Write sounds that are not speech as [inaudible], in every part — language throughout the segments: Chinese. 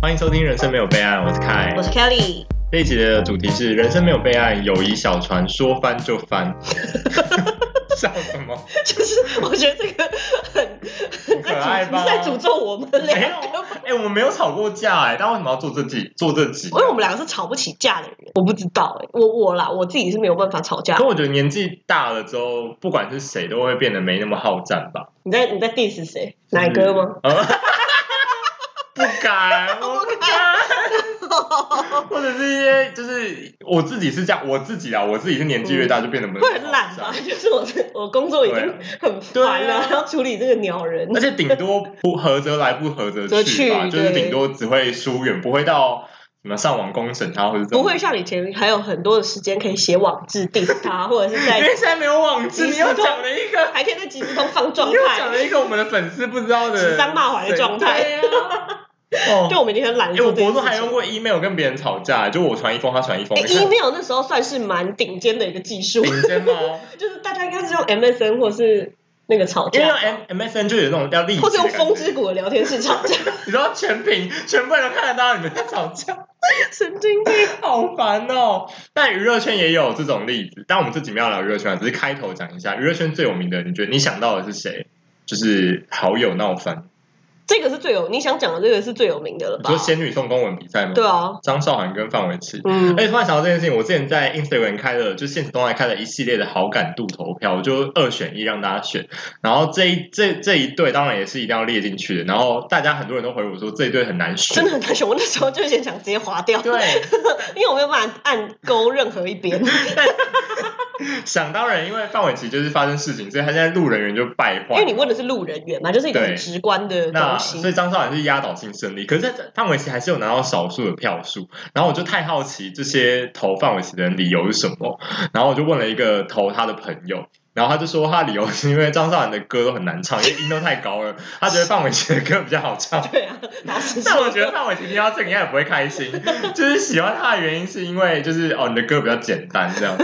欢迎收听《人生没有备案》，我是凯我。是 Kelly， [laughs] 这一集的主题是“人生没有备案，友谊小船说翻就翻” 。笑什 [laughs] 么？就是我觉得这个很很很可爱吧你在诅咒我们没有两个吗，哎、我们没有吵过架哎、但为什么要做这集？做这集？因为我们两个是吵不起架的人。我不知道哎、我我啦，我自己是没有办法吵架可。我觉得年纪大了之后，不管是谁都会变得没那么好战吧。你在你在 diss 谁？奶哥吗？就是？啊 [laughs] 不 [laughs] 敢，我不敢。或者是一些，就是我自己是这样，我自己啊，我自己是年纪越大就变得没嗯会很懒吧？就是我这我工作已经很烦啊对了，啊还要处理这个鸟人而，且顶多不合则来，不合则则去吧，去就是对顶多只会疏远，不会到什么上网公审他或者怎不么。会像以前还有很多的时间可以写网志 diss 他，或者是在 [laughs] 因为现在没有网志，即时你又讲了一个，还可以在即时通放状你又讲态，了一个我们的粉丝不知道的指桑骂槐的状态对 [laughs] 啊哦，对我们已经很懒得哎，我做国这件事情。中还用过 email 跟别人吵架， [laughs] 就我传一封，他传一封，哎你看，email 那时候算是蛮顶尖的一个 [laughs] 技术，顶尖 [laughs] 吗？就是大家应该是用 MSN 或是那个吵因为用架， M M S N 就有那种要立，或是用风之，谷的聊天室吵架， [laughs] 你知道全屏全部人都看得到你们在吵架。神经病。 [laughs] 好烦哦！但娱乐圈也有这种例子，但我们这集没有聊娱乐圈啊，只是开头讲一下娱乐圈最有名的。你觉得你想到的是谁？就是好友闹翻，这个是最有你想讲的，这个是最有名的了你吧说？仙女送公文比赛吗？对，啊，张韶涵跟范玮琪。嗯而，且突然想到这件事情，我之前在 Instagram 开了，就现实动态开了一系列的好感度投票，我就二选一让大家选。然后这一这这一对当然也是一定要列进去的。然后大家很多人都回我说这一对很难选，真的很难选。我那时候就先想直接划掉，对，因为我没有办法按勾任何一 [laughs] 边。想当然，因为范玮琪就是发生事情，所以他现在路人缘就败坏。因为你问的是路人缘嘛，就是一个对很直观的那东西所。以张韶涵是压倒性胜利，可是范玮琪还是有拿到少数的票数。然后我就太好奇这些投范玮琪的人理由是什么，然后我就问了一个投他的朋友，然后他就说他理由是因为张韶涵的歌都很难唱，因为音都太高了，他觉得范玮琪的歌比较好唱。 [laughs] 对啊，老师但我觉得范玮琪听到这个应该也不会开心，就是喜欢他的原因是因为就是哦你的歌比较简单这样，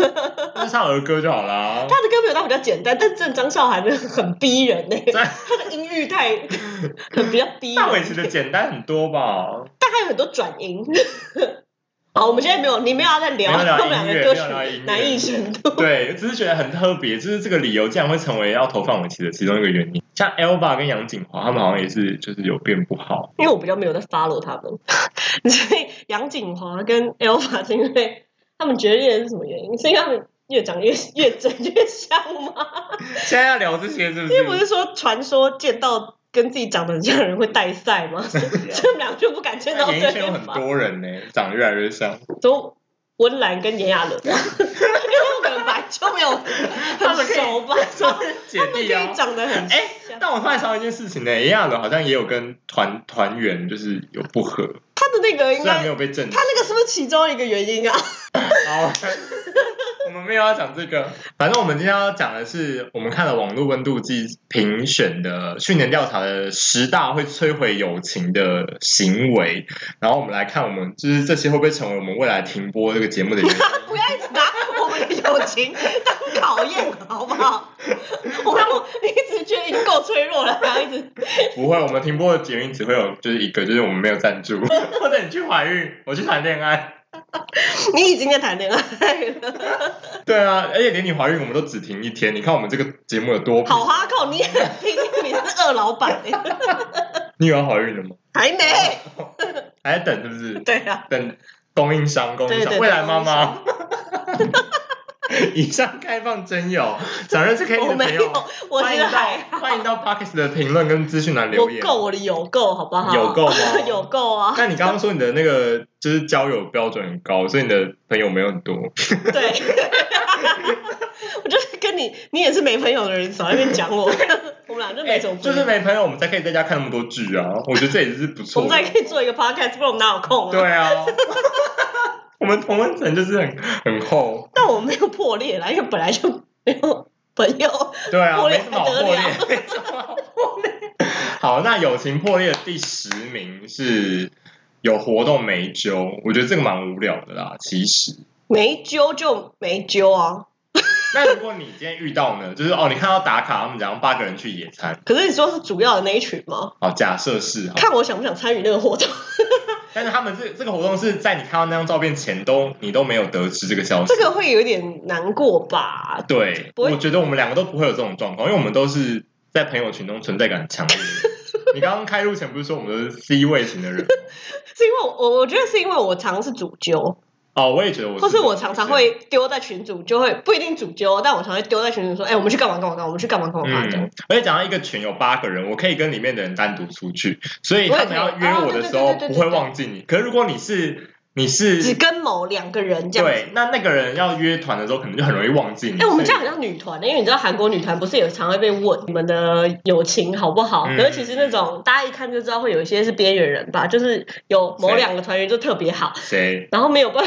那就唱儿歌就好啦。他的歌没有他比较简单，但正张韶涵的很逼人呢、 [laughs] 对他的音域太 [laughs] 很比较低，范玮琪的简单很多吧？但他有很多转音。 [laughs] 好，我们现在没有，你没有要再聊哦没有聊他们两音乐个歌没有聊音乐曲难易程度。 [laughs] [laughs] 对，只是觉得很特别，就是这个理由竟然会成为要投范玮琪的其中一个原因。像 Elva 跟杨景华，他们好像也是就是有变不好。因为我比较没有在 follow 他们， [laughs] 所以杨景华跟 Alpha 是因为他们决裂是什么原因？是因为他们越长越越整越像嗯吗？现在要聊这些是不因为不是说传说见到跟自己长得很像的人会带赛 [laughs] 吗？所以他们两个就不敢见到演艺圈对有很方，多人呢、长得越来越像，都温岚跟炎亚纶， [laughs] 因为他们可能本来就没有 [laughs] 他很们可以熟吧，说姐 [laughs] 他们弟可啊以。长得很哎、像。但我突然想到一件事情呢、炎亚纶好像也有跟团团员就是有不合，他的那个应虽然该没，有被证实他。那个是不是其中一个原因啊？ [laughs] 好， [laughs] 我们没有要讲这个。反正我们今天要讲的是，我们看了网络温度计评选的去年调查的十大会摧毁友情的行为，然后我们来看我们就是这些会不会成为我们未来停播这个节目的原因。不要一直拿我们的友情当考验，好不好？我们你一直觉得已经够脆弱了，然后一直不会，我们停播的原因只会有就是一个， [laughs] 就是我们没有赞助，或者你去怀孕，我去谈恋爱。你已经在谈恋爱了，对啊，而且连你怀孕我们都只停一天，你看我们这个节目有多好哈扣，你也听你是二老板、欸，你有要怀孕了吗？还没？还在等是不是？对啊， [laughs] 等供应商，供应对商，对，未来妈妈。，以上开放真友，想认识 K 我的朋没有友，，我欢觉迎得到还好欢迎到 Parkes 的评论跟资讯栏留我言。够我的有够，好不好？有够吗 [laughs] 有够啊！那你刚刚说你的那个就是交友标准很高，所以你的朋友没有很多。对， [laughs] 我就是跟你，你也是没朋友的人，少在那边讲我， [laughs] 我们俩就没什么朋友。哎就是没朋友，我们才可以在家看那么多剧啊！我觉得这也是不 [laughs] 我错们。再可以做一个 podcast，不然我们哪有空啊？对啊， [laughs] 我们同温层就是很很厚。但我没有破裂啦，因为本来就没有朋友。对啊，破没裂什么好破裂，还没什么好破裂。好，那友情破裂的第十名是有活动没揪，我觉得这个蛮无聊的啦。其实，没揪就没揪啊！那如果你今天遇到呢，就是哦，你看到打卡他们讲八个人去野餐，哦可是你说是主要的那一群吗？好，假设是好， [laughs] 看我想不想参与那个活动。但是他们这这个活动是在你看到那张照片前都你都没有得知这个消息这。个会有点难过吧？对，不会我觉得我们两个都不会有这种状况，因为我们都是在朋友群中存在感很强烈的人。你刚刚开录前不是说我们都是 C 位型的人吗？是因为我我觉得是因为我常是主揪，哦，我也觉得我或是是这我种常路常线会丢在群组，就会不一定主揪，但我常会丢在群组说，哎、我们去干嘛干嘛干嘛，我们去干嘛干嘛干嘛这样嗯，而且讲到一个群有八个人，我可以跟里面的人单独出去，所以他们要约我的时我候也可以哦对对对对对不会忘记你。可是如果你是你只是跟某两个人这样子。对，那那个人要约团的时候，可能就很容易忘记你。哎、我们这所以样很像女团的，因为你知道韩国女团不是也常会被问你们的友情好不好？嗯可是其实那种大家一看就知道会有一些是边缘人吧，就是有某谁两个团员就特别好，谁然后没有办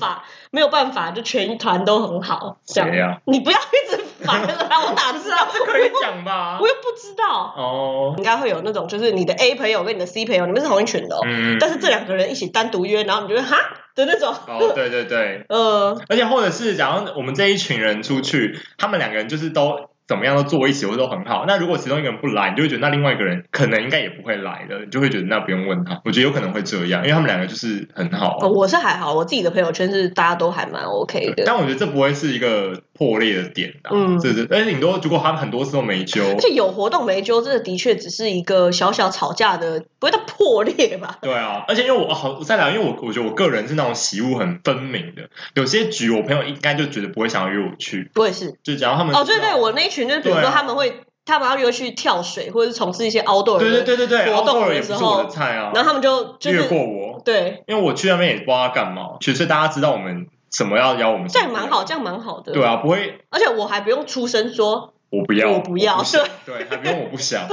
法， [laughs] 没有办法，就全团都很好这样。谁啊 [laughs] 呀？你不要一直烦了啦，我哪知道？可以讲吧我？又不知 [laughs] 道。哦，应该会有那种，就是你的 A 朋友跟你的 C 朋友，你们是同一群的、哦，嗯，但是这两个人一起单独约，然后你就会哈的那种， [laughs] 哦，对对对，呃，而且或者是假如我们这一群人出去，他们两个人就是都。怎么样都坐一起，或者都很好。那如果其中一个人不来，你就会觉得那另外一个人可能应该也不会来的，你就会觉得那不用问他。我觉得有可能会这样，因为他们两个就是很好啊、呃我是还好，我自己的朋友圈是大家都还蛮 OK 对的，但我觉得这不会是一个破裂的点啊，嗯对对，而且顶多如果他们很多次都没揪，而且有活动没揪，这个的确只是一个小小吵架的，不会到破裂吧？ [laughs] 对啊，而且因为我好我再聊，因为我我觉得我个人是那种习物很分明的，有些局我朋友应该就觉得不会想要约我去，我也是，就只要他们哦，对对，我那一群就是比如说对啊他们会，他们要约去跳水或者是从事一些 outdoor 的，对对对对对，活动的 outdoor 也不时是候我的菜啊，然后他们就就略是过我，对，因为我去那边也不知道要干嘛，其实大家知道我们什么要邀我们，这样蛮好，，这样蛮好的，对啊，不会而且我还不用出声说，我不要，我不要 [laughs] 想对，还不用我不想，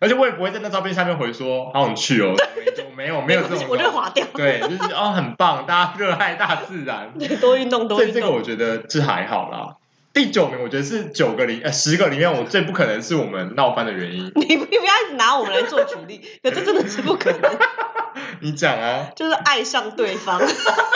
而且我也不会在那照片下面回说好想去哦，没有没有没有这关系种，哎我就划掉，对，就是哦，很棒，大家热爱大自 [laughs] 然。多运动多所以运这个动。我觉得是还好啦。第九名，我觉得是九个里呃十个里面，我最不可能是我们闹翻的原因。你不你不要一直拿我们来做举例，可这真的是不可能，你讲啊，就是爱上对方， [laughs]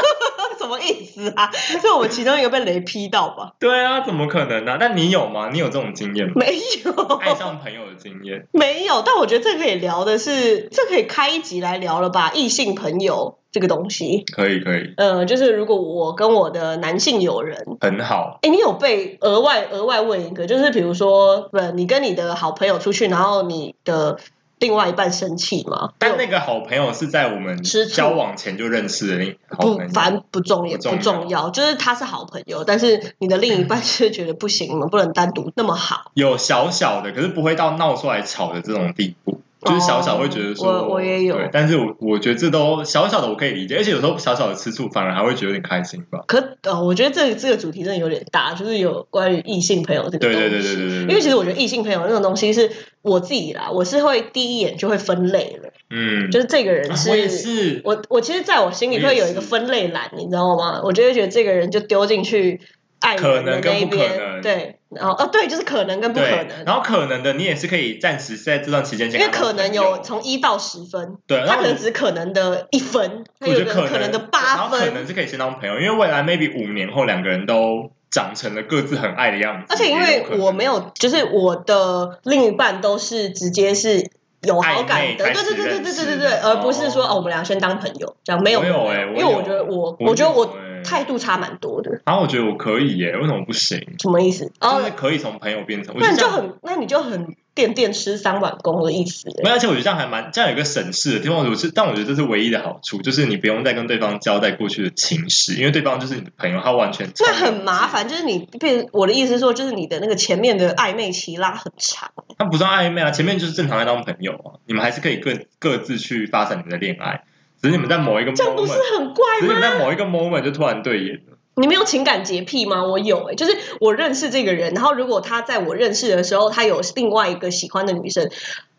什么意思啊？ [laughs] 是我们其中一个被雷劈到吧？对啊，怎么可能呢、那你有吗？你有这种经验吗？没爱有，上朋友的经验，没有。但我觉得这可以聊的是，这可以开一集来聊了吧？异性朋友这个东西，可以可以，呃，就是如果我跟我的男性友人，很好。哎，你有被额外额外问一个，就是比如说，不，你跟你的好朋友出去，然后你的另外一半生气吗？但那个好朋友是在我们吃醋交往前就认识的另好不朋，反友，正不重要，哦不重不要重要，就是他是好朋友，但是你的另一半是觉得不行，我们不能单独那么好。有小小的，可是不会到闹出来吵的这种地步。就是小小会觉得说，哦我我也有对但是我我觉得这都小小的我可以理解，而且有时候小小的吃醋反而还会觉得有点开心吧。可呃，我觉得这这个主题真的有点大，就是有关于异性朋友这个对东西。对对对对对，因为其实我觉得异性朋友那种东西是我自己啦，我是会第一眼就会分类的，嗯，就是这个人啊是我也是，我我其实在我心里会有一个分类栏，你知道吗？我就会觉得这个人就丢进去爱人的那一可能跟不可边，能对，然后哦对，就是可能跟不可对，能，然后可能的你也是可以暂时在这段期间因先为看到可朋友，能有从一到十分，对，然他后可能我只可能的一分，我他有觉的得人可能的八然后可能分，是可以先当朋友，因为未来 maybe 五年后两个人都长成了各自很爱的样子，而且因也有为可能我没有，就是我的另一半都是直接是。有好感的，暧昧对开始对对对对对对对，认识而不是说哦哦，我们俩先当朋友这样，没有我没有欸有我因为我有觉得我，有我觉得我欸态度差蛮多的，然后我觉得我可以耶，为什么不行？什么意思？哦就，是可以从朋友变成，我觉得那你这就样。很，那你就很垫垫吃三碗公的意思欸耶。没有而且我觉得这样还蛮，这样有一个省事的地方。我是，但我觉得这是唯一的好处，就是你不用再跟对方交代过去的情史，因为对方就是你的朋友，他完全那很麻烦，就是你变我的意思是说，就是你的那个前面的暧昧期拉很长，他不算暧昧啊，前面就是正常在当朋友啊，你们还是可以各各自去发展你们的恋爱，只是你们在某一个这样不是啊 moment，很怪只是你吗？们在某一个 moment 就突然对眼了，你没有情感洁癖吗？我有哎、就是我认识这个人，然后如果他在我认识的时候，他有另外一个喜欢的女生，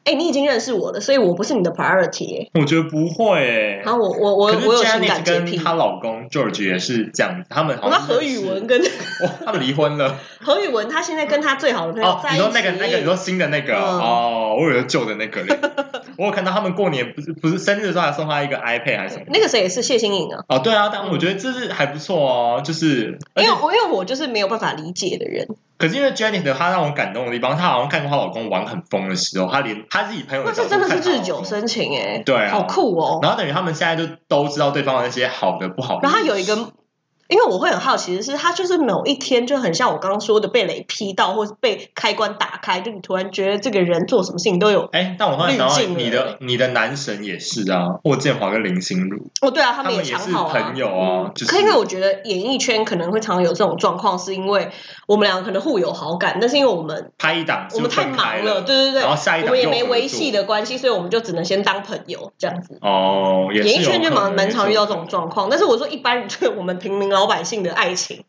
哎、你已经认识我了，所以我不是你的 priority 耶、我觉得不会诶、然后我我我可是我有情 Janet 感洁跟癖。她老公 George 也是这样子，他们好我那像何宇文跟是，哇，他们离婚了何宇文，他现在跟他最好的朋友哦。在一你起。说那个那个，你说新的那个、[laughs] 嗯哦，我以为旧的那个嘞。我有看到他们过年不是不是生日的时候还送他一个 iPad 还是什么？ [laughs] 那个谁也是谢欣颖啊，哦，对啊，但我觉得这是还不错哦，就是而因且为我因为我就是没有办法理解的人，可是因为 Jenny 的她让我感动的地方，她好像看过她老公玩很疯的时候，她连她自己朋友的那角是度真的是看她老日久公生情哎、对啊好酷哦。然后等于他们现在就都知道对方的那些好的不好的。然后他有一个，因为我会很好奇的是，他就是某一天就很像我刚刚说的被雷劈到，或是被开关打开，就你突然觉得这个人做什么事情都有。哎，但我突然想到滤镜，了你的你的男神也是啊，霍建华跟林心如，哦，对啊，他他们也也常是好啊。朋友啊，就是可因为我觉得演艺圈可能会常有这种状况，是因为我们两个可能互有好感，但是因为我们拍一档我们太啊就分开忙了，对对对，然后下一我档们也又没合维作系的关系，所以我们就只能先当朋友这样子。哦，也是演艺圈有就可能蛮蛮常遇到这。也种是状况，但是我说一般就是我们平民老百姓的爱 [laughs] 情，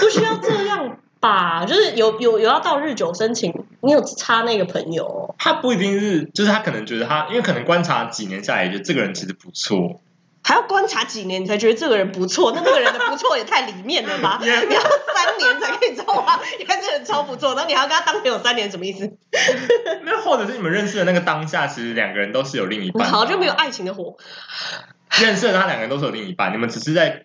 不需要这样吧？就是有有有要到日久生情，你有差那个朋友、哦，他不一定是，就是他可能觉得他，因为可能观察几年下来，觉得这个人其实不错， [laughs] 还要观察几年你才觉得这个人不错，那那个人的不错 [laughs] 也太里面了吧？你要三年才可以知道哇，原来这个人超不错，然后你还要跟他当朋友三年，什么意思？那或者是你们认识的那个当下，其实两个人都是有另一你半的，好像就没有爱情的火，认识的他两个人都是有另一半，你们只是在，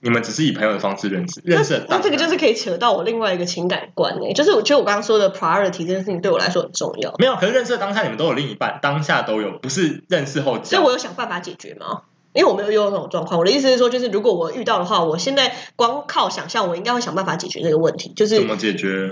你们只是以朋友的方式认识，认识的那当这个下就是可以扯到我另外一个情感观诶、就是我觉得我刚刚说的 priority 这件事情对我来说很重要，没有，可是认识的当下你们都有另一半，当下都有，不是认识后所以交。我有想办法解决嘛。因为我没有遇到这种状况，我的意思是说，就是如果我遇到的话，我现在光靠想象，我应该会想办法解决这个问题。就怎是么解决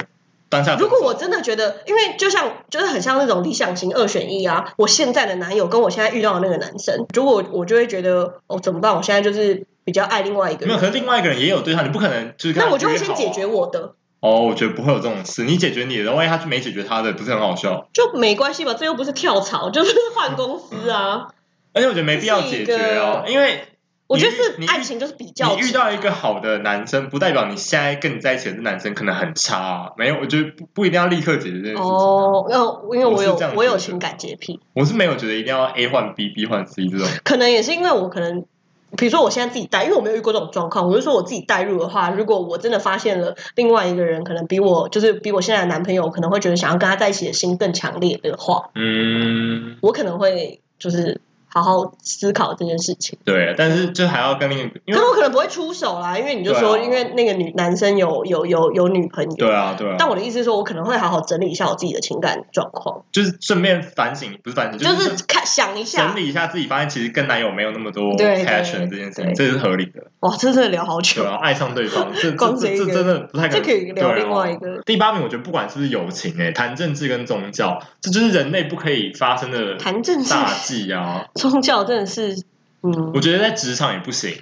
当下？如果我真的觉得，因为就像就是很像那种理想型二选一啊，我现在的男友跟我现在遇到的那个男生，如果我我就会觉得哦怎么办？我现在就是比较爱另外一个没有，人，可是另外一个人也有对象，你不可能就是跟他那我就会约好先啊解决。我的，哦，我觉得不会有这种事，你解决你的，万一他就没解决他的，不是很好笑？就没关系吧？这又不是跳槽，就是换公司啊。而且我觉得没必要解决哦，因为我觉得是你爱情就是比较你遇到一个好的男生，不代表你现在跟你在一起的这男生可能很差、啊。没有，我觉得不不一定要立刻解决这件事情。哦，呃，因为我我是有这样觉得我有情感洁癖，我是没有觉得一定要 A 换 B，B 换 C 这种。可能也是因为我可能，比如说我现在自己带，因为我没有遇过这种状况，我就说我自己带入的话，如果我真的发现了另外一个人可能比我就是比我现在的男朋友可能会觉得想要跟他在一起的心更强烈的话，嗯，我可能会就是好好思考这件事情。对，但是就还要跟另一个，因可为是我可能不会出手啦，因为你就说，对啊因为那个女男生有有有有女朋友。对啊，对啊，但我的意思是说，我可能会好好整理一下我自己的情感状况，就是顺便反省，不是反省，就是是看想一下整，理一下自己，发现其实跟男友没有那么多对对 passion 这件事情，对这是合理的。哇，真的聊好久对，啊，爱上对方，这这光这这一这个真的不太这可以聊对啊另外一个第八名，我觉得不管是不是友情、欸，哎，谈政治跟宗教，这就是人类不可以发生的谈政治大忌啊！宗教真的是，嗯，我觉得在职场也不行，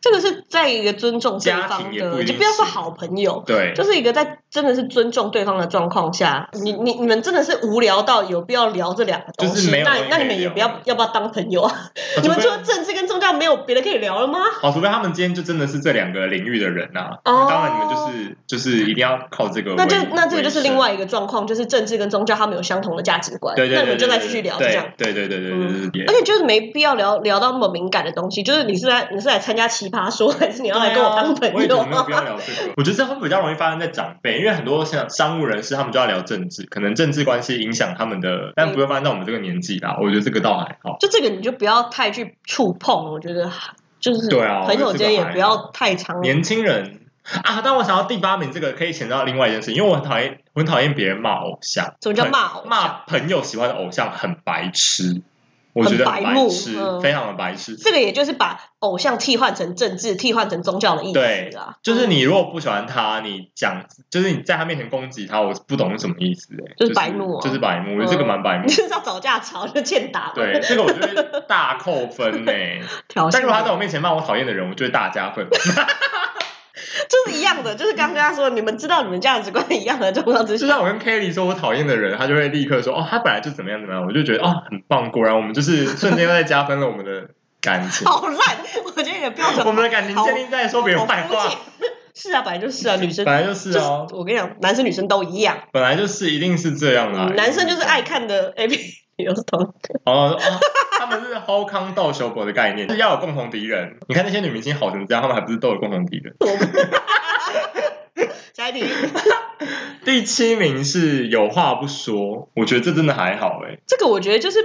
这个是在一个尊重对家方庭也不的，一定就不要说是好朋友，对，就是一个在真的是尊重对方的状况下，你你你们真的是无聊到有必要聊这两个东就西，是没有那东西那可以你们也聊不要要不要当朋友啊？啊你们除非除了政治跟宗教没有别的可以聊了吗？好，除非他们今天就真的是这两个领域的人呐、哦当然，你们就是就是一定要靠这个为。那就那这个就是为生另外一个状况，就是政治跟宗教他们有相同的价值观，对对那对对，你们就对再继续聊，就对这样。嗯对对对对对对对而。且就是没必要聊聊到那么敏感的东西，就是你是来你是来参加奇葩说，还是你要来跟我当朋啊我也觉友 [laughs] 得没有必要聊这个。我觉得这会比较容易发生在长辈，因为很多像商务人士，他们就要聊政治，可能政治关系影响他们的，但不会发生在我们这个年纪啦。我觉得这个倒还好。就这个你就不要太去触碰，我觉得就是对啊朋友间也我觉得这个还好不要太常。年轻人啊，但我想到第八名这个可以牵扯到另外一件事，因为我很讨厌，我很讨厌别人骂偶像，什么叫骂偶像骂朋友喜欢的偶像很白痴，我觉得很白白目痴，嗯非常的白痴。这个也就是把偶像替换成政治，替换成宗教的意对思啊。就是你如果不喜欢他，你讲就是你在他面前攻击他，我是不懂是什么意思、欸，就是白目啊就是就是白目，我觉得这个蛮白目你就是要找架吵就欠打嘛，对，这个我就会大扣分呢、 [laughs] 挑但如果他在衅，我面前骂我讨厌的人，我就会大加分。就是一样的，就是刚刚跟他说，你们知道你们价值观一样的状况之就下，像我跟 Kelly 说我讨厌的人，他就会立刻说哦，他本来就怎么样怎么样，我就觉得哦，很棒，果然我们就是瞬间在加分了我们的感情。好烂，我觉得你的标准我们的感情建立在说别人好坏肤话浅，。 [laughs] 是啊，本来就是啊，女生本来就是就是哦，我跟你讲，男生女生都一样，本来就是一定是这样啦。嗯男生就是爱看的 A P 都是 [laughs] 同哦，哦他们是后康斗修博的概念，就是要有共同敌人。你看那些女明星好成这样，他们还不是都有共同敌人？下一题，第七名是有话不说，我觉得这真的还好哎、这个我觉得就是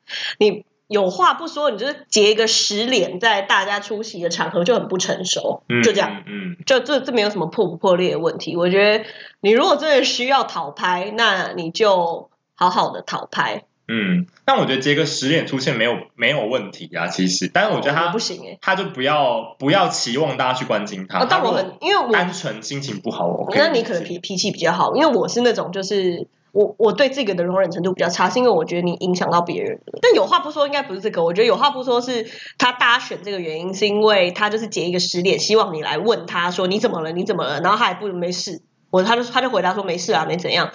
[laughs] 你有话不说，你就是结一个实脸，在大家出席的场合就很不成熟，嗯就这样。，嗯，嗯就这这没有什么破不破裂的问题。我觉得你如果真的需要讨拍，那你就好好的讨拍。嗯，但我觉得接个十脸出现没有没有问题啊，其实，但是我觉得他、不行哎、他就不要不要期望大家去关心他，哦但啊他如果我很因为我单纯心情不好，我那你可能理解脾脾气比较好，因为我是那种就是我我对这个的容忍程度比较差，是因为我觉得你影响到别人了。但有话不说应该不是这个，我觉得有话不说是他大家选这个原因，是因为他就是结一个十脸，希望你来问他说你怎么了，你怎么了，然后他还不没事，我他就他就回答说没事啊，没怎样。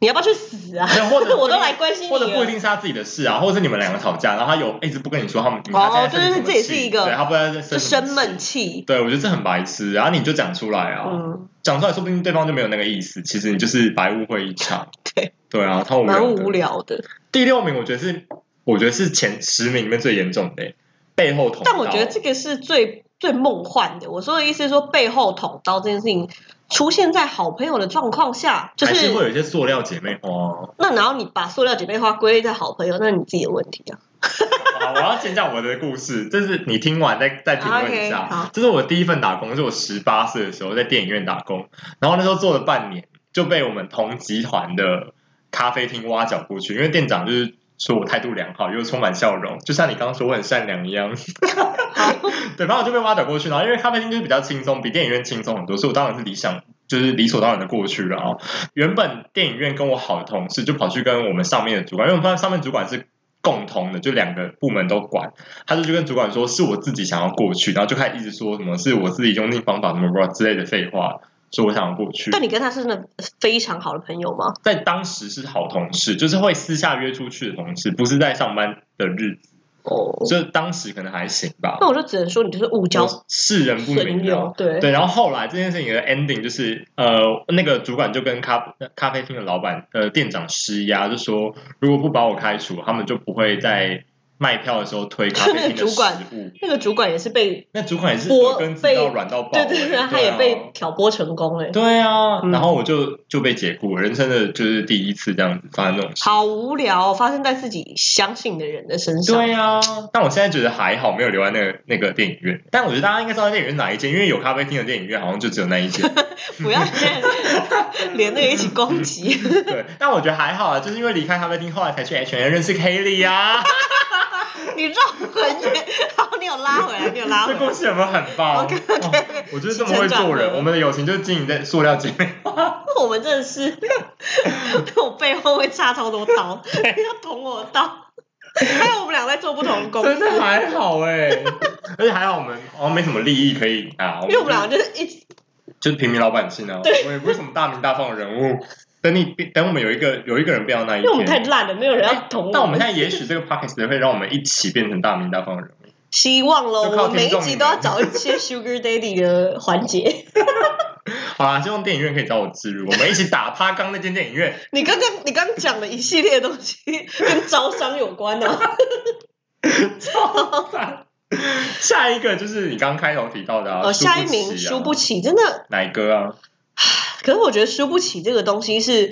你要不要去死啊？没有或者 [laughs] 我都来关啊心你或了，者不一定是他自己的事啊，或者是你们两个吵架，然后他有一直不跟你说他们，哦他现在生对对对这也是一个对他不知道在就生什么生气。闷气。对，我觉得这很白痴，然后你就讲出来啊，嗯，讲出来说不定对方就没有那个意思，其实你就是白误会一场。 [laughs] 对，对啊，超无聊嗯蛮的。无聊的。第六名，我觉得是，我觉得是前十名里面最严重的欸，背后捅刀。但我觉得这个是最最梦幻的。我说的意思是说，背后捅刀这件事情出现在好朋友的状况下，就还是是会有一些塑料姐妹花。哦那然后你把塑料姐妹花归类在好朋友，那是你自己的问题啊。好，我要先讲我的故事，这是你听完再再评论一 OK，好下。这是我第一份打工，是我十八岁的时候在电影院打工，然后那时候做了半年，就被我们同集团的咖啡厅挖角过去，因为店长就是说我态度良好，又充满笑容，就像你刚刚说我很善良一样。 [laughs] 对，然后我就被挖角过去，然后因为咖啡厅就是比较轻松，比电影院轻松很多，所以我当然是理想。就是理所当然的过去了啊！原本电影院跟我好的同事就跑去跟我们上面的主管，因为我们发现上面主管是共同的，就两个部门都管。他就去跟主管说，是我自己想要过去，然后就开始一直说什么是我自己用尽方法什么什么之类的废话，说我想要过去。但你跟他是真的非常好的朋友吗？在当时是好同事，就是会私下约出去的同事，不是在上班的日子，哦，所以当时可能还行吧。那我就只能说你就是误交我世人不损明了友，对。对，然后后来这件事情的 ending 就是，呃，那个主管就跟咖咖啡厅的老板，呃，店长施压，就说如果不把我开除，他们就不会在卖票的时候推咖啡厅那个的 [laughs] 主管食物。那个主管也是被，那主管也是我耳根子被到软到爆、对欸，对对对，啊，他也被挑拨成功哎，对啊，嗯然后我就就被解雇，人生的就是第一次这样子发生这种事。好无聊哦，发生在自己相信的人的身上。对啊，但我现在觉得还好，没有留在那个那个电影院。但我觉得大家应该知道电影院哪一间，因为有咖啡厅的电影院好像就只有那一间。不要现在 [laughs] 连那个一起 [laughs] 攻击。对，但我觉得还好啊，就是因为离开咖啡厅，后来才去 H N 认识 Kelly 呀、你绕很远，好，你有拉回来，你有拉回这故来。事有没有很棒 OK，OK 哦我就是这么会起承做转人，合我们的友情就是经营在塑料姐妹。我们真的是，我背后会插超多刀，要捅我的刀。还有我们俩在做不同的工作，真的还好哎、而且还好我们好像没什么利益可以拿，因为我们就俩就是一直就是平民老百姓啊，我也不是什么大名大放的人物。等你等我们有一个有一个人变到那一因为我们太天，烂了，没有人要捅但我们们现在也许这个 podcast 会让我们一起变成大名大放的人物。希望喽，就我靠们听每一众集你们都要找一些 Sugar Daddy 的环节。好啦，希望电影院可以找我自入，我们一起打趴刚那间电影院。你刚刚你刚刚讲的一系列东西 [laughs] 跟招商有关呢、啊， [laughs] 下一个就是你刚开头提到的、啊，呃，输不下一名起啊输不起，真的奶哥啊，可是我觉得输不起这个东西是。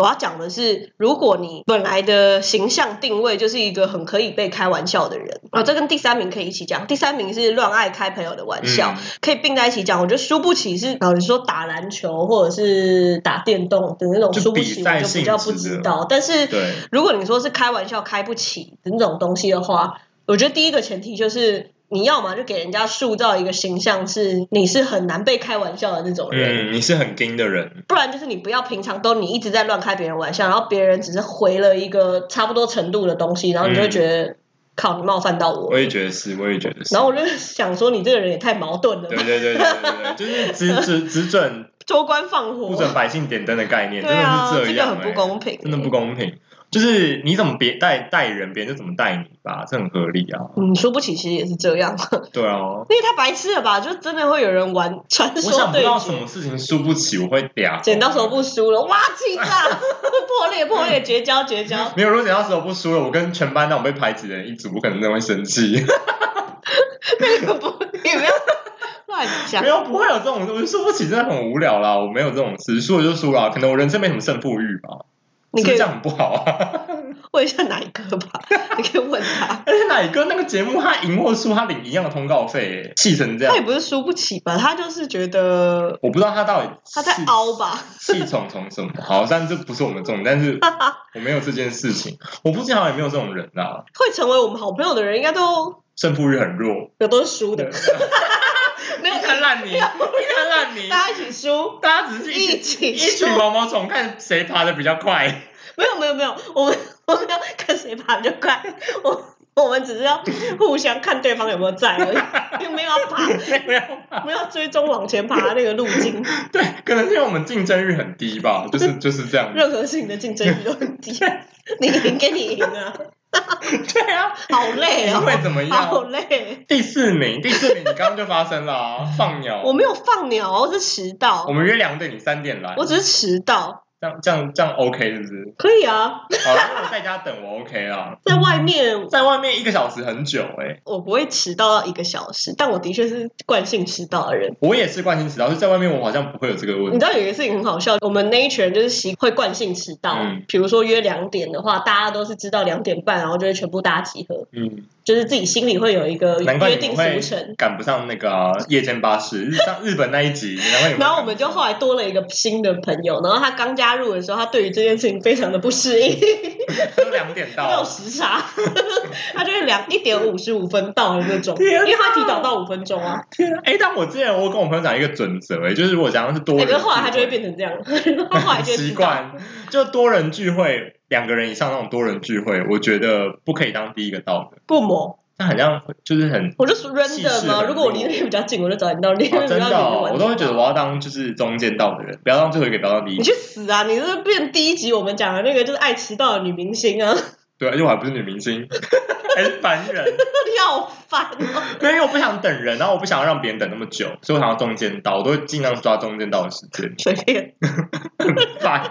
我要讲的是，如果你本来的形象定位就是一个很可以被开玩笑的人嗯啊，这跟第三名可以一起讲。第三名是乱爱开朋友的玩笑，嗯可以并在一起讲。我觉得输不起是，呃，你说打篮球或者是打电动的那种就输不比起，我赛就比性较不质知的道。但是对，如果你说是开玩笑开不起的那种东西的话，我觉得第一个前提就是你要嘛就给人家塑造一个形象是你是很难被开玩笑的那种人，嗯，你是很硬的人，不然就是你不要平常都你一直在乱开别人玩笑，然后别人只是回了一个差不多程度的东西，然后你就会觉得、靠你冒犯到我，我也觉得是，我也觉得是。然后我就想说你这个人也太矛盾了对吧，对对对对对，就是只只只准州官放不火，准百姓点灯的概念，对啊，真的是个样、很不公平欸，，真的不公平。就是你怎么别待待人，别人就怎么待你吧，这很合理啊。嗯，输不起其实也是这样，对啊，因为太白痴了吧，就真的会有人玩传我想说不对到决什么事情输不起，我会嗲。剪刀手不输了，哇，气炸！破裂破裂，绝交绝交！没有，如果剪刀手不输了，我跟全班那种被排挤的人一组，我可能真的会生气。那个不，你不要乱讲没。有，不会有这种，我输不起，真的很无聊啦。我没有这种事，输了就输了，可能我人生没什么胜负欲吧。你是不可是以这样很不好啊。 [laughs] 问一下哪一个吧，你可以问他。而且奶哥那个节目，他赢或输，他领一样的通告费，哎气成这样他也。不是输不起吧，他就是觉得我不知道他到底他在气凹吧。气冲冲什么？好，但这不是我们重点，但 [laughs] 是我没有这件事情，我附近好像也没有这种人啊。会成为我们好朋友的人，应该都胜负欲很弱，有都是输 [laughs] 的，没有一滩 [laughs] 烂泥，一滩烂泥，大家一起输，大家只是一 [laughs] 一起一输群，毛毛虫，看谁爬的比较快。 [laughs] 没有没有没有，我们 [laughs] 我们要看谁爬得快，我我们只是要互相看对方有没有在而 [laughs] 已，并没有要爬，没有啊吧没有追踪往前爬的那个路 [laughs] 径，对，可能是因为我们竞争欲很低吧，就是就是这样。任何事情的竞争欲都很低，你赢跟你赢啊， [laughs] 对啊，好累你哦，会怎么好样？累，第四名，第四名，你刚刚就发生了、 [laughs] 啊、放鸟。我没有放鸟，我是迟我到，们约两点，你三点来，我只是迟到，这样这样这样 OK 是不是？可以啊，好啦，那我在家等我 OK 啦。 [laughs] 在外面在外面一个小时很久哎、我不会迟到到一个小时，但我的确是惯性迟到的人。我也是惯性迟到，是在外面我好像不会有这个问你题。知道有一个事情很好笑，我们那一群人就是习会惯性迟到嗯，比、如说约两点的话，大家都是知道两点半，然后就会全部大家集合，嗯，就是自己心里会有一个难怪约你定们俗会成。赶不上那个啊、夜间巴士，日上日本那一集，难怪你们会赶不上。然后我们就后来多了一个新的朋友，然后他刚加入的时候，他对于这件事情非常的不适应，都两点 [laughs] 没有到，时差，他就是两一点五十五分到的那种，因天哪为他提早到五分钟啊，天啊！哎、但我之前我跟我朋友讲一个准则，哎，就是如果讲是多哎、人可聚会，是后来他就会变成这样，他后来就会习知道。惯，就多人聚会，两个人以上那种多人聚会，我觉得不可以当第一个到的，不磨，那很像就是 [laughs] 很。我就说气 random 势嘛。很如果我离弱那边比较近，我就找你到那边哦、比较真的、远就哦，完。我都会觉得我要当就是中间到的人，不要当最后一个，不要当第一你个。 [laughs] 去死啊！你是变第一集我们讲的那个就是爱迟到的女明星啊， [laughs] 对，而且我还不是女明星， [laughs] 还是凡人。你好烦哦！对，因为我不想等人，然后我不想让别人等那么久，所以我想要中间到，我都会尽量抓中间到的时间。随便很烦。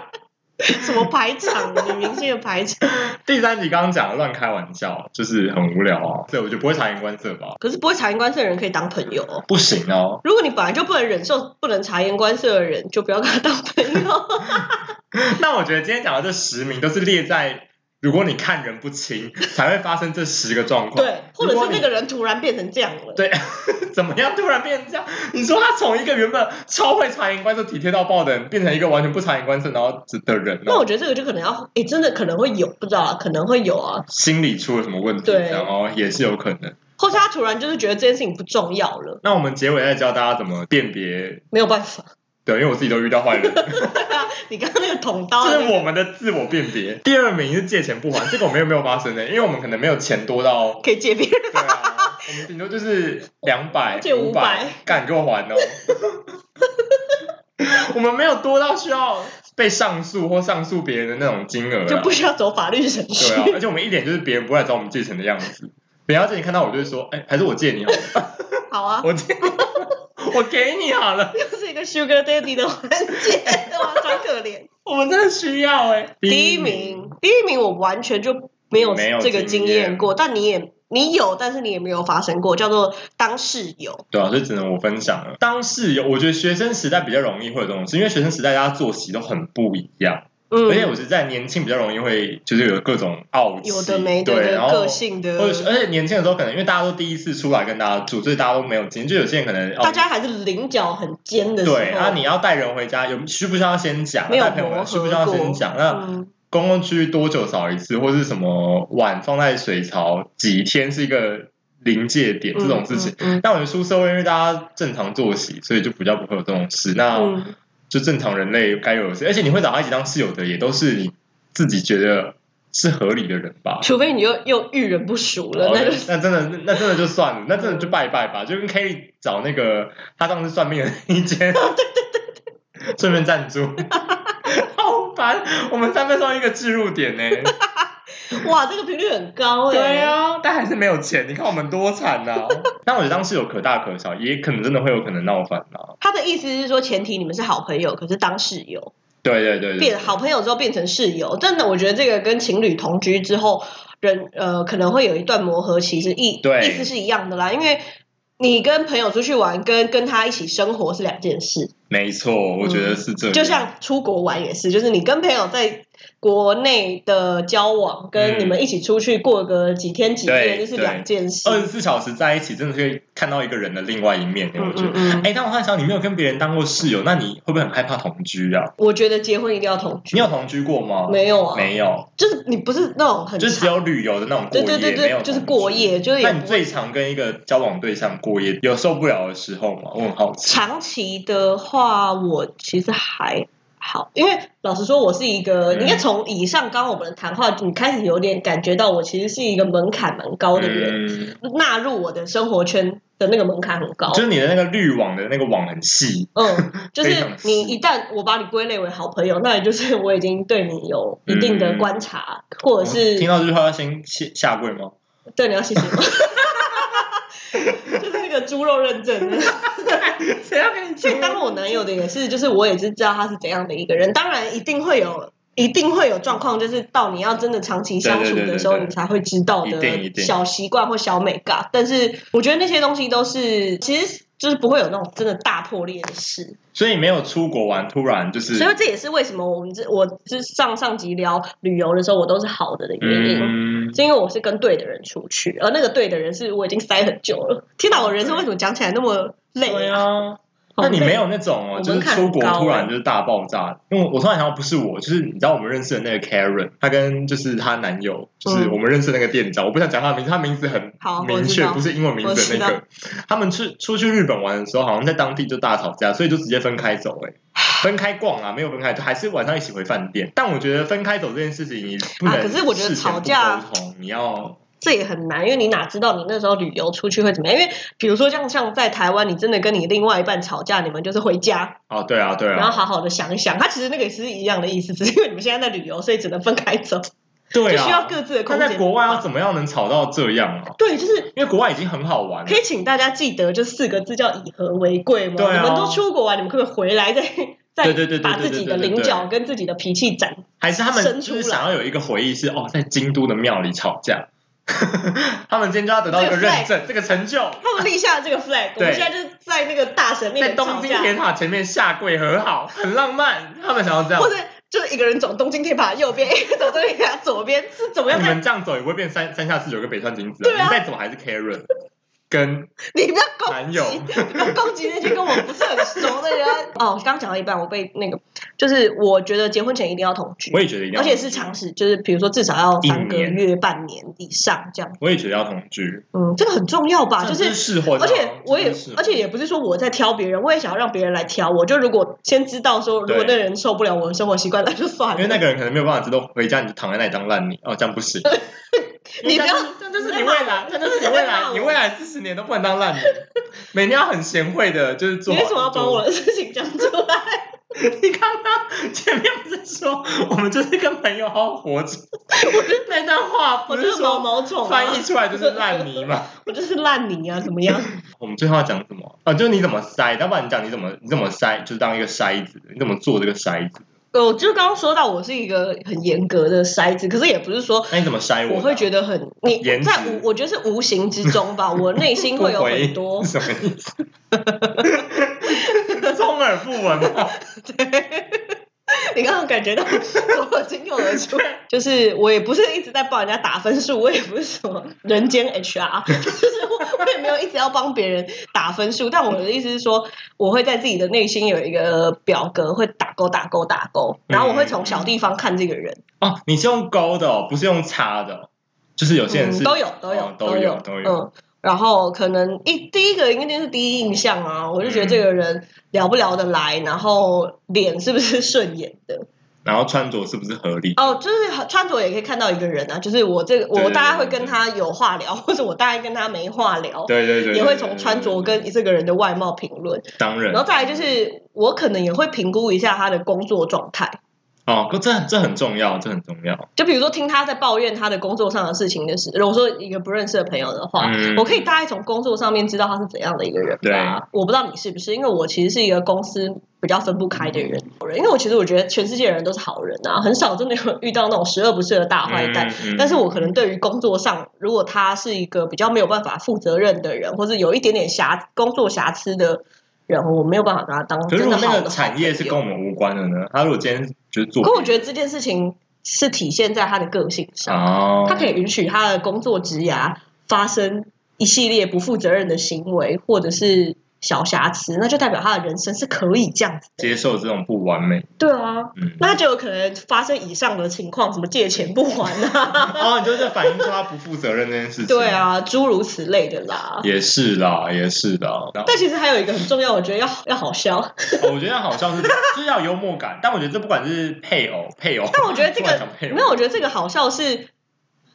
什么排场，女明星的排场，第三集刚刚讲的乱开玩笑，就是很无聊啊，所以我就不会察言观色吧？可是不会察言观色的人可以当朋友哦。不行哦，如果你本来就不能忍受不能察言观色的人，就不要跟他当朋 [laughs] 哦友。那我觉得今天讲的这十名都是列在，如果你看人不 [laughs] 清，才会发生这十个状况。对，或者是那个人突然变成这样了。对，怎么样突然变成这样？你说他从一个原本超会察言观色、体贴到爆的人，变成一个完全不察言观色然后的人那哦，我觉得这个就可能要，诶、真的可能会有，不知道啊，可能会有啊，心理出了什么问题？对然后也是有可能。或是他突然就是觉得这件事情不重要了，那我们结尾再教大家怎么辨别。没有办法。对，因为我自己都遇到坏 [laughs] 人，对啊， [laughs] 你刚刚那个捅刀，这是我们的自我辨别。第二名是借钱不还，这个我们又没有发生的，因为我们可能没有钱多到，可以借别人。对啊，我们顶多就是两百、借五500百，敢给我还哦。我们没有多到需要被上诉或上诉别人的那种金额啊，就不需要走法律程序对。啊，而且我们一脸就是别人不会来找我们借钱的样子。别人要借你看到我就会说，哎、还是我借你好了，好啊，我借， [laughs] 我给你好了。又是一个 Sugar Daddy 的环节， [laughs] 哇，装可怜。我们真的需要哎、第一，名，第一名，我完全就没有没有这个经经验验过，但你也你有，但是你也没有发生过，叫做当室友。对啊，所以只能我分享了。当室友，我觉得学生时代比较容易会有这种事，因为学生时代大家作息都很不一样，而且嗯，我是在年轻比较容易会就是有各种傲气，有的没的对，的然后个性或者是的，而且年轻的时候可能因为大家都第一次出来跟大家住，所以大家都没有经验，就有些人可能大哦。家还是棱角很尖的时对，然后候。你要带人回家，有需不需要先讲？啊没有带朋友磨们合需不需要先过讲？那、嗯，公共区域多久扫一次，或是什么碗放在水槽几天是一个临界点这种事情。嗯，但我觉得出社会，因为大家正常作息，所以就比较不会有这种事。那嗯嗯就正常人类该有的事，而且你会找他一起当室友的，也都是你自己觉得是合理的人吧。除非你又又遇人不淑了，哦那就那真的，那那真的就算了，那真的就拜拜吧，就跟 Kelly 找那个他当时算命的那一 [laughs] 间，对对对顺便赞助，好烦，我们三分钟一个置入点呢、哇，这个频率很高哎。对，啊，但还是没有钱，你看我们多惨 [laughs] 呐、但我觉得当室友可大可小，也可能真的会有可能闹翻啊啦。他的意思是说，前提你们是好朋友，可是当室友。对对对对，变好朋友之后变成室友，真的，我觉得这个跟情侣同居之后，人呃可能会有一段磨合期，是意对意思是一样的啦，因为你跟朋友出去玩，跟跟他一起生活是两件事，嗯没错，我觉得是这样。就像出国玩也是，就是你跟朋友在国内的交往跟你们一起出去过个几天几夜，嗯对这是两件事。二十四小时在一起，真的是会看到一个人的另外一面。嗯我觉得，嗯嗯，哎，但我幻想你没有跟别人当过室友，那你会不会很害怕同居啊？我觉得结婚一定要同居。你有同居过吗？没有啊？没有，就是你不是那种很就是只长有旅游的那种过对夜，对对没有对，就是同居过。夜，就是那也你不最常跟一个交往对象过夜，有受不了的时候吗？我很好奇。长期的话，我其实还好，因为老实说，我是一个，嗯应该从以上刚刚我们的谈话，你开始有点感觉到我其实是一个门槛蛮高的人，嗯，纳入我的生活圈的那个门槛很高就。是你的那个滤网的那个网很细， [laughs] 嗯，就是非常细你一旦我把你归类为好朋友，那也就是我已经对你有一定的嗯观察，或者是听到这句话要先下下跪吗？对你要谢 [laughs] 谢我，就是那个猪肉认证的。 [laughs] 谁要跟你所以当我男友的也是，就是我也是知道他是怎样的一个人。当然，一定会有，一定会有状况，就是到你要真的长期相对处对对的对时候，对你才会知道一定一的定小习惯或小美嘎。但是我觉得那些东西都是，其实就是不会有那种真的大破裂的事。所以没有出国玩，突然就是，所以这也是为什么我们这我这上上集聊旅游的时候，我都是好的的原因。嗯，是因为我是跟对的人出去，而那个对的人是我已经塞很久了。天哪，我人生为什么讲起来那么累对？啊。好那你累没有那种我哦，们就是看出国很高突欸然就是大爆炸。因为我我突然想到，不是我，就是你知道我们认识的那个 Karen，她跟就是她男友，就是嗯哦我们认识的那个店长，我不想讲他的名字，他名字很好我明知确，道不是英文名字的那我知个。 [laughs] 他们去出去日本玩的时候，好像在当地就大吵架，所以就直接分开走、欸，分开逛啊，没有分开，就还是晚上一起回饭店。但我觉得分开走这件事情，你不能、啊可是我觉得吵架沟通，你要这也很难，因为你哪知道你那时候旅游出去会怎么样？因为比如说像像在台湾，你真的跟你另外一半吵架，你们就是回家，哦，对啊，对然后啊，好好的想一想。他其实那个也是一样的意思，只是因为你们现在在旅游，所以只能分开走，对就啊，需要各自的空那间。在国外要怎么样能吵到这样啊？对，就是因为国外已经很好玩了可。以请大家记得，就四个字叫以和为贵嘛。对啊你们都出国玩，你们可不可以回来再再对对对对对对把自己的对对棱对角跟自己的脾气展还是他们生就出是来想要有一个回忆是哦，在京都的庙里吵架， [laughs] 他们今天就要得到一个认证，这个成就，他们立下了这个 flag，我对们现在就是在那个大神面在前东吵京架，铁塔前面下跪和好，很浪漫。他们想要这样或，者就是一个人走东京铁塔右边， [laughs] 一个走东京铁塔左边，是怎么样你看？们这样走也不会变三三下四九跟北川景子、对啊你再走还是 Karen 跟你不要攻男击友，不要攻击那些跟我不是很 [laughs] 熟的人。哦，刚刚讲到一半，我被那个，就是我觉得结婚前一定要同居我，也觉得一定要，而且是长时，就是比如说至少要三个一年月、半年以上这样。我也觉得要同居，嗯，这个很重要吧？就这样是是适婚啊，而且我也这样是适，婚而且也不是说我在挑别人，我也想要让别人来挑我。就如果先知道说，如果那对人受不了我的生活习惯，那 [laughs] 就算了。因为那个人可能没有办法知道回家你就躺在那里当烂泥哦，这样不 [laughs] 行。你不要这样就是你未来，这样就是你未来，你未来四十年都不能当烂 [laughs] 泥，每天要很贤惠的，就是做。你为什么要把我？的事情讲出来？ [laughs] 你刚刚前面不是说我们就是跟朋友好好活着？我就那段话我不就是是毛说毛虫、啊，翻译出来就是烂泥嘛？我就是烂泥啊，怎么样？ [laughs] 我们最后要讲什么？啊，就是你怎么筛，要不然你讲你怎么你怎么筛，就是当一个筛子，你怎么做这个筛子？呃我就刚刚说到，我是一个很严格的筛子，可是也不是说那你怎么筛我我啊会觉得很你颜值在无，我觉得是无形之中吧，我内心会有很不多回是什么意 [laughs] 思？充耳不闻吗？ [laughs] 你刚刚 [laughs] 感觉到我仅有的出，就是我也不是一直在帮人家打分数，我也不是什么人间 [laughs] HR，就是我我也没有一直要帮别人打分数。但我的意思是说，我会在自己的内心有一个表格，会打勾打勾打勾，嗯然后我会从小地方看这个人，哦，你是用勾的哦，不是用叉的哦，就是有些人是、嗯、都有都有、哦都都有都有嗯。然后可能一第一个应该就是第一印象啊，我就觉得这个人聊不聊得来，然后脸是不是顺眼的，然后穿着是不是合理？哦，就是穿着也可以看到一个人啊，就是我这个对我对大概会对对跟他有话聊，或者我大概跟他没话聊，对对对，也会对从对穿着对跟这个人的外貌评论，对当然然后再来就是我可能也会评估一下他的工作状态，哦，可这很这很重要，这很重要。就比如说听他在抱怨他的工作上的事情的时，如果说一个不认识的朋友的话。嗯，我可以大概从工作上面知道他是怎样的一个人吧。我不知道你是不是，因为我其实是一个公司比较分不开的人。嗯因为我其实我觉得全世界的人都是好人啊，很少真的有遇到那种十恶不赦的大坏蛋。嗯嗯但是我可能对于工作上，如果他是一个比较没有办法负责任的人，或是有一点点瑕工作瑕疵的人，我没有办法跟他当可是真如的果那好个的产业是跟我们无关的呢？他如果今天就是做，可我觉得这件事情是体现在他的个性上，哦，他可以允许他的工作职涯发生一系列不负责任的行为或者是小瑕疵，那就代表他的人生是可以这样子的。接受这种不完美，对啊， [laughs] 嗯，那就有可能发生以上的情况，什么借钱不还啊， [laughs] 哦，你就是反映出他不负责任这件事情，对，啊，诸如此类的啦。也是啦，也是啦。然后但其实还有一个很重要，我觉得要要好笑。哦 [laughs] 我觉得好像是就是要有幽默感，但我觉得这不管是配偶配偶，但我觉 [laughs] 得这突然个想配偶没有，我觉得这个好笑是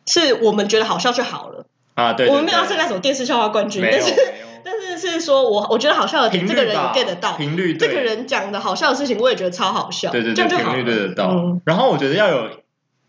是我们觉得好笑就好了。啊，对，我们没有要这争那什么电视笑话冠军，没但有是没有 [laughs] 但是是说我我觉得好笑的点，频这个率人也吧 get 得到，频率这个对人讲的好笑的事情，我也觉得超好笑，对对这对样就好频率对了。得到。嗯然后我觉得要有，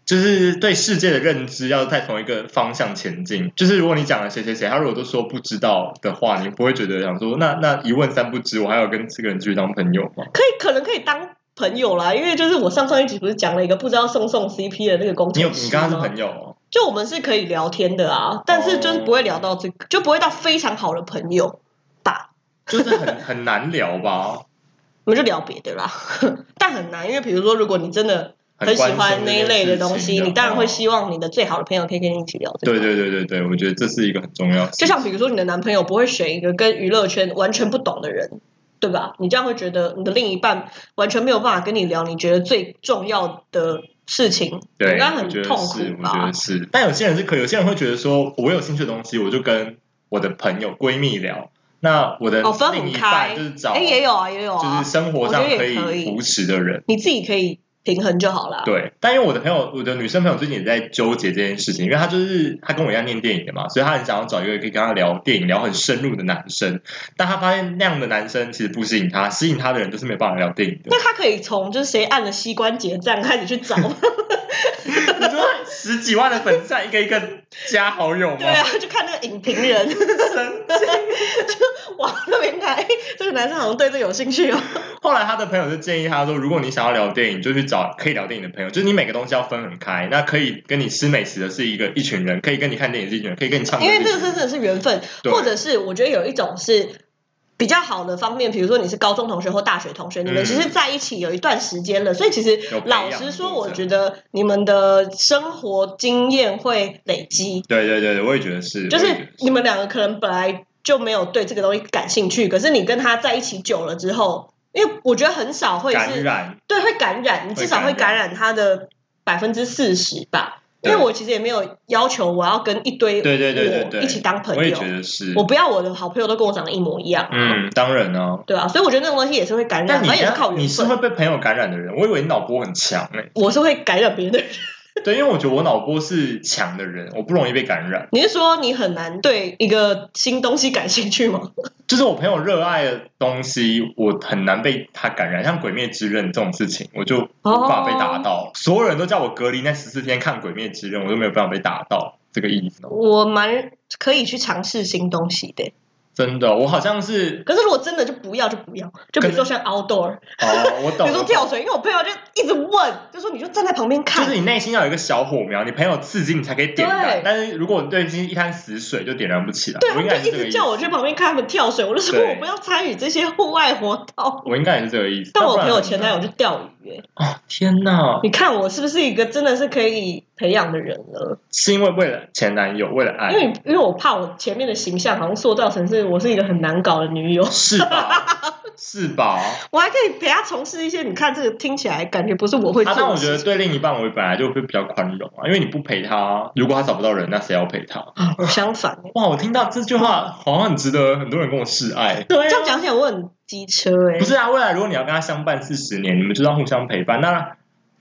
就是对世界的认知要在同一个方向前进。就是如果你讲了谁谁谁，他如果都说不知道的话，你不会觉得想说那那一问三不知，我还要跟这个人继续当朋友吗？可以可能可以当朋友啦，因为就是我上上一集不是讲了一个不知道送送 CP 的那个工你有程你师跟他吗？是朋友、哦，就我们是可以聊天的啊，但是就是不会聊到这个，就不会到非常好的朋友吧，就是很很难聊吧？我们就聊别的啦。 [laughs] 但很难，因为比如说，如果你真的 [laughs] 很喜关欢心那一这件类的事东情哦西，的你当然话会希望你的最好的朋友可以跟你一起聊这个。对对对对对，我觉得这是一个很重要的事就像比如说，你的男朋友不会选一个跟娱乐圈完全不懂的人，对吧？你这样会觉得你的另一半完全没有办法跟你聊你觉得最重要的事情，对，应该很我觉得痛是苦我觉吧得？是，但有些人是可以，有些人会觉得说，我有兴趣的东西，我就跟我的朋友闺蜜聊。那我的哦，分另很一开，半就是找，哎，也有啊，也有就啊，是生活上我觉得可也可以以扶持的人。你自己可以平衡就好啦。对，但因为我的朋友，我的女生朋友最近也在纠结这件事情，因为她就是她跟我一样念电影的嘛，所以她很想要找一个可以跟她聊电影、聊很深入的男生。但她发现那样的男生其实不吸引她，吸引她的人就是没有办法聊电影的那。他可以从就是谁按了膝关节这样开始去 [laughs] 找，你说十几万的粉丝一个一个加好友吗？对啊，就看那个影评人， [laughs] 神经往那边看，哎，这个男生好像对这有兴趣哦。后来他的朋友就建议他说，如果你想要聊电影，就去找可以聊电影的朋友，就是你每个东西要分很开。那可以跟你吃美食的是一个一群人，可以跟你看电影是一群人，可以跟你唱歌因是一为群这人。个真的是缘分，对或者是我觉得有一种是比较好的方面，比如说你是高中同学或大学同学，你们嗯其实在一起有一段时间了，所以其实有培养老实说，过我程觉得你们的生活经验会累积，对对对对，我也觉得是，就我也觉是得你们两个可能本来就没有对这个东西感兴趣，可是你跟他在一起久了之后，因为我觉得很少会感是染。对会感染，你至少会会感感染他的百分之四十吧。因对为我其实也没有要求我要跟一堆对对对对我对，一起当朋友，我也觉得是。我不要我的好朋友都跟我长得一模一样，，嗯，当然啊。对啊，所以我觉得那种东西也是会感但染，你反正也是靠你缘是会分。被朋友感染的人，我以为你脑波很强诶、我是会感染别人的人。对，因为我觉得我脑波是强的人，我不容易被感染。你是说你很难对一个新东西感兴趣吗？就是我朋友热爱的东西，我很难被他感染。像《鬼灭之刃》这种事情，我就 [laughs] 无法被打哦到。所有人都叫我隔离那十四天看《鬼灭之刃》，我都没有办法被打到这个意思哦。我蛮可以去尝试新东西的，真的，我好像是可是如果真的就不要就不要，就比如说像 outdoor，哦，我 [laughs] 比懂。如说跳水，因为我朋友就一直问，就说你就站在旁边就看是，你内心要有一个小火苗，你朋友刺激你才可以点对燃。但是如果你对心一滩死水，就点燃不起来。对，他我们应该也就是这一个直意叫思。我去旁边看他们跳水，我就说对我不要参与这些户外活动。 [laughs] 我应该也是这个意思。但我要不朋然友前男友去钓鱼、欸，哦，天哪！你看我是不是一个真的是可以培养的人了？是因为为了前男友，为了因爱，为因为我怕我前面的形象好像塑造成是我是一个很难搞的女友， [laughs] 是吧？是吧？我还可以陪她从事一些你看这个听起来感觉不是我会做啊，但的我觉事得情。对另一半，我本来就会比较宽容啊，因为你不陪他，如果他找不到人，那谁要陪他？啊 [laughs] 我相反、欸，哇，我听到这句话，好像很值得很多人跟我示爱。这样讲起来我很机车哎、啊不是啊，未来如果你要跟他相伴四十年，你们就要互相陪伴。那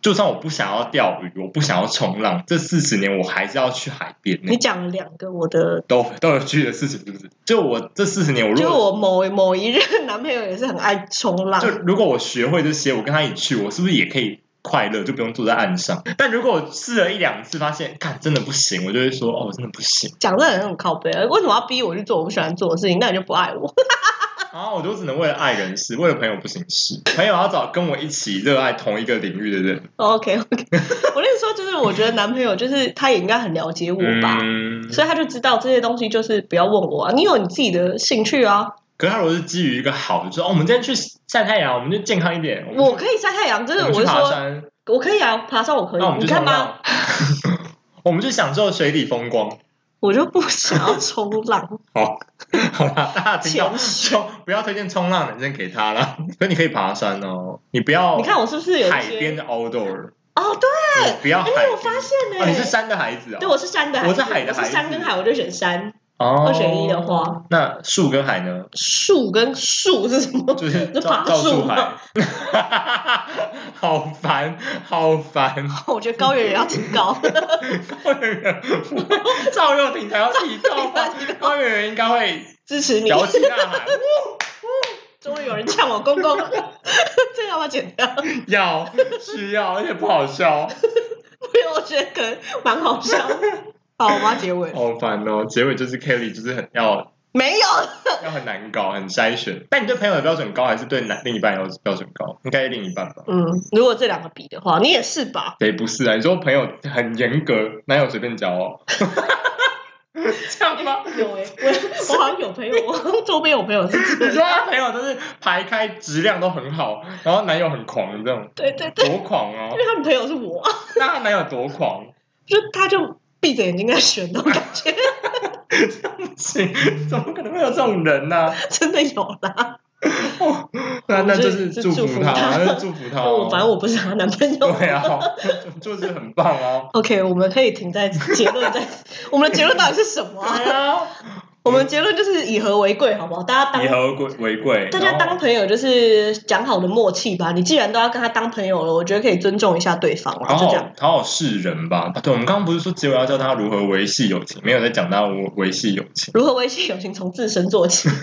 就算我不想要钓鱼，我不想要冲浪，这四十年我还是要去海边呢、你讲了两个我的，都都有趣的事情，是不是？就我这四十年，我如就果我某某一任男朋友也是很爱冲浪就，如果我学会这些，我跟他一起去，我是不是也可以快乐，就不用坐在岸上？但如果我试了一两次，发现看真的不行，我就会说哦，真的不行。讲的很很靠背，为什么要逼我去做我不喜欢做的事情？那你就不爱 [laughs] 我。啊，我就只能为了爱人事，为了朋友不行事。朋友要找跟我一起热爱同一个领域的人， OK OK，我那时候就是我觉得男朋友就是他也应该很了解我吧。嗯。所以他就知道这些东西就是不要问我啊，你有你自己的兴趣啊，可是他如果是基于一个好，就说哦，我们今天去晒太阳，我们就健康一点。我可可以晒太阳，就是我们去是爬说，山，我可以啊，爬山我可以，那我们你就冲看吧，浪， [laughs] 我们去享受水底风光。我就不想要冲浪，好，好啦，大家听到潜冲不要推荐冲浪男生给他啦，可你可以爬山 [laughs] 哦，你不要你看我是不是有一些海边的 outdoor，哦，对，你不要海哎、边。我发现呢、哦，你是山的孩子哦。对，我是山的孩子，我是海的孩子我是山跟海，我就选山。哦，二选一的话，那树跟海呢？树跟树是什么？就是那赵爬赵树树吗海， [laughs] 好烦，好烦。 [laughs] [laughs] 我觉得高原也要挺高，赵月圆，赵又廷才要提高 [laughs] 吧赵又廷才要提高？赵月圆应该会支持你。摇旗呐 [laughs] 喊，终于有人呛我公公， [laughs] 这要不要剪掉？要需要，而且不好笑，因 [laughs] 为我觉得可能蛮好笑的。好，我们要结尾。好烦哦。结尾就是 Kelly 就是很 [laughs] 要没有，要很难搞，很筛选。但你对朋友的标准高，还是对男另一半要标准高？应该另一半吧？嗯，如果这两个比的话，你也是吧？谁不是啊？你说朋友很严格，哪有随便交哦？这样吗？有哎、 [laughs] 我我好像有朋友， [laughs] 我周边有朋友是这你样。说他朋友都是排开质量都很好，然后男友很狂，这种 [laughs] 对对对，多狂哦因！为他们朋友是我，那她男友多狂？ [laughs] 就他就闭着眼睛在选那种感觉， [laughs] 怎么可能会有这种人呢、真的有啦。哦，那那就是就是祝福他，祝福他 [laughs] 那就祝福他、哦。 [laughs] 反正我不是她男朋友。对啊， [laughs] 就就是很棒 [laughs] 哦。 OK，我们可以停在结论 [laughs] 在，我们的结论到底是什么啊、对啊，我们结论就是以和为贵，好不好？大家以当和为贵，大家然后当朋友就是讲好的默契吧。你既然都要跟他当朋友了，我觉得可以尊重一下对方啦，好就这样。好好好示人吧。对，我们刚刚不是说结尾要教他如何维系友情，没有在讲他维维系友情。如何维系友情，从自身 [laughs] 做起。 [laughs]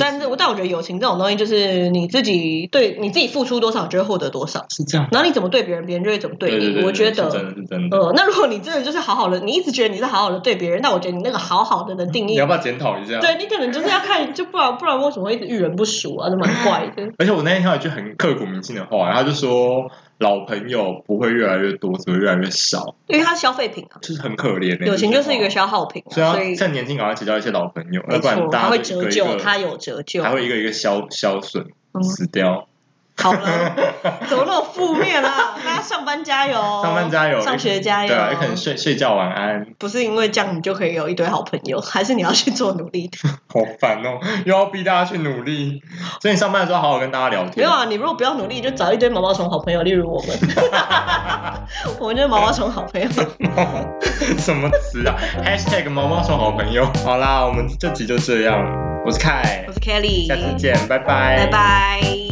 但是，但我觉得友情这种东西，就是你自己对你自己付出多少，就会获得多少。是这样，然后你怎么对别人，别人就会怎么对你。对对，我觉是真得，的是真的。呃，那如果你真的就是好好的，你一直觉得你是好好的对别人，那我觉得你那个好好的的定你义要不要检讨一下？对你可能就是要看，就不然不然为什么会一直遇人不淑啊？这蛮怪的。而且我那天听到一句很刻骨铭心的话，然后他就说老朋友不会越来越多，只会越来越少，因为它是消费品啊，就是很可怜的、欸友情就是一个这句话消耗品啊、所以所要以趁年轻赶快结交一些老朋友，要没不然错，大它家会就一折个一旧，个，它有折旧还。会一个一个消消损嗯死掉。好 [laughs] 了，怎么那么负面啦、大家上班加油，上班加油，上学加油。对啊，也可能睡睡觉晚安，不是因为这样你就可以有一堆好朋友， [laughs] 还是你要去做努 [laughs] 力？好烦哦，又要逼大家去努力。所以你上班的时候好好跟大家聊没天。有啊，你如果不要努力，就找一堆毛毛虫好朋友，例如我们，我们就是毛毛虫好朋友。 [laughs] 什么词啊？#hashtag 毛毛虫好朋友。好啦，我们这集就这样，我是凯我，是 Kelly，下次见，拜拜，拜拜。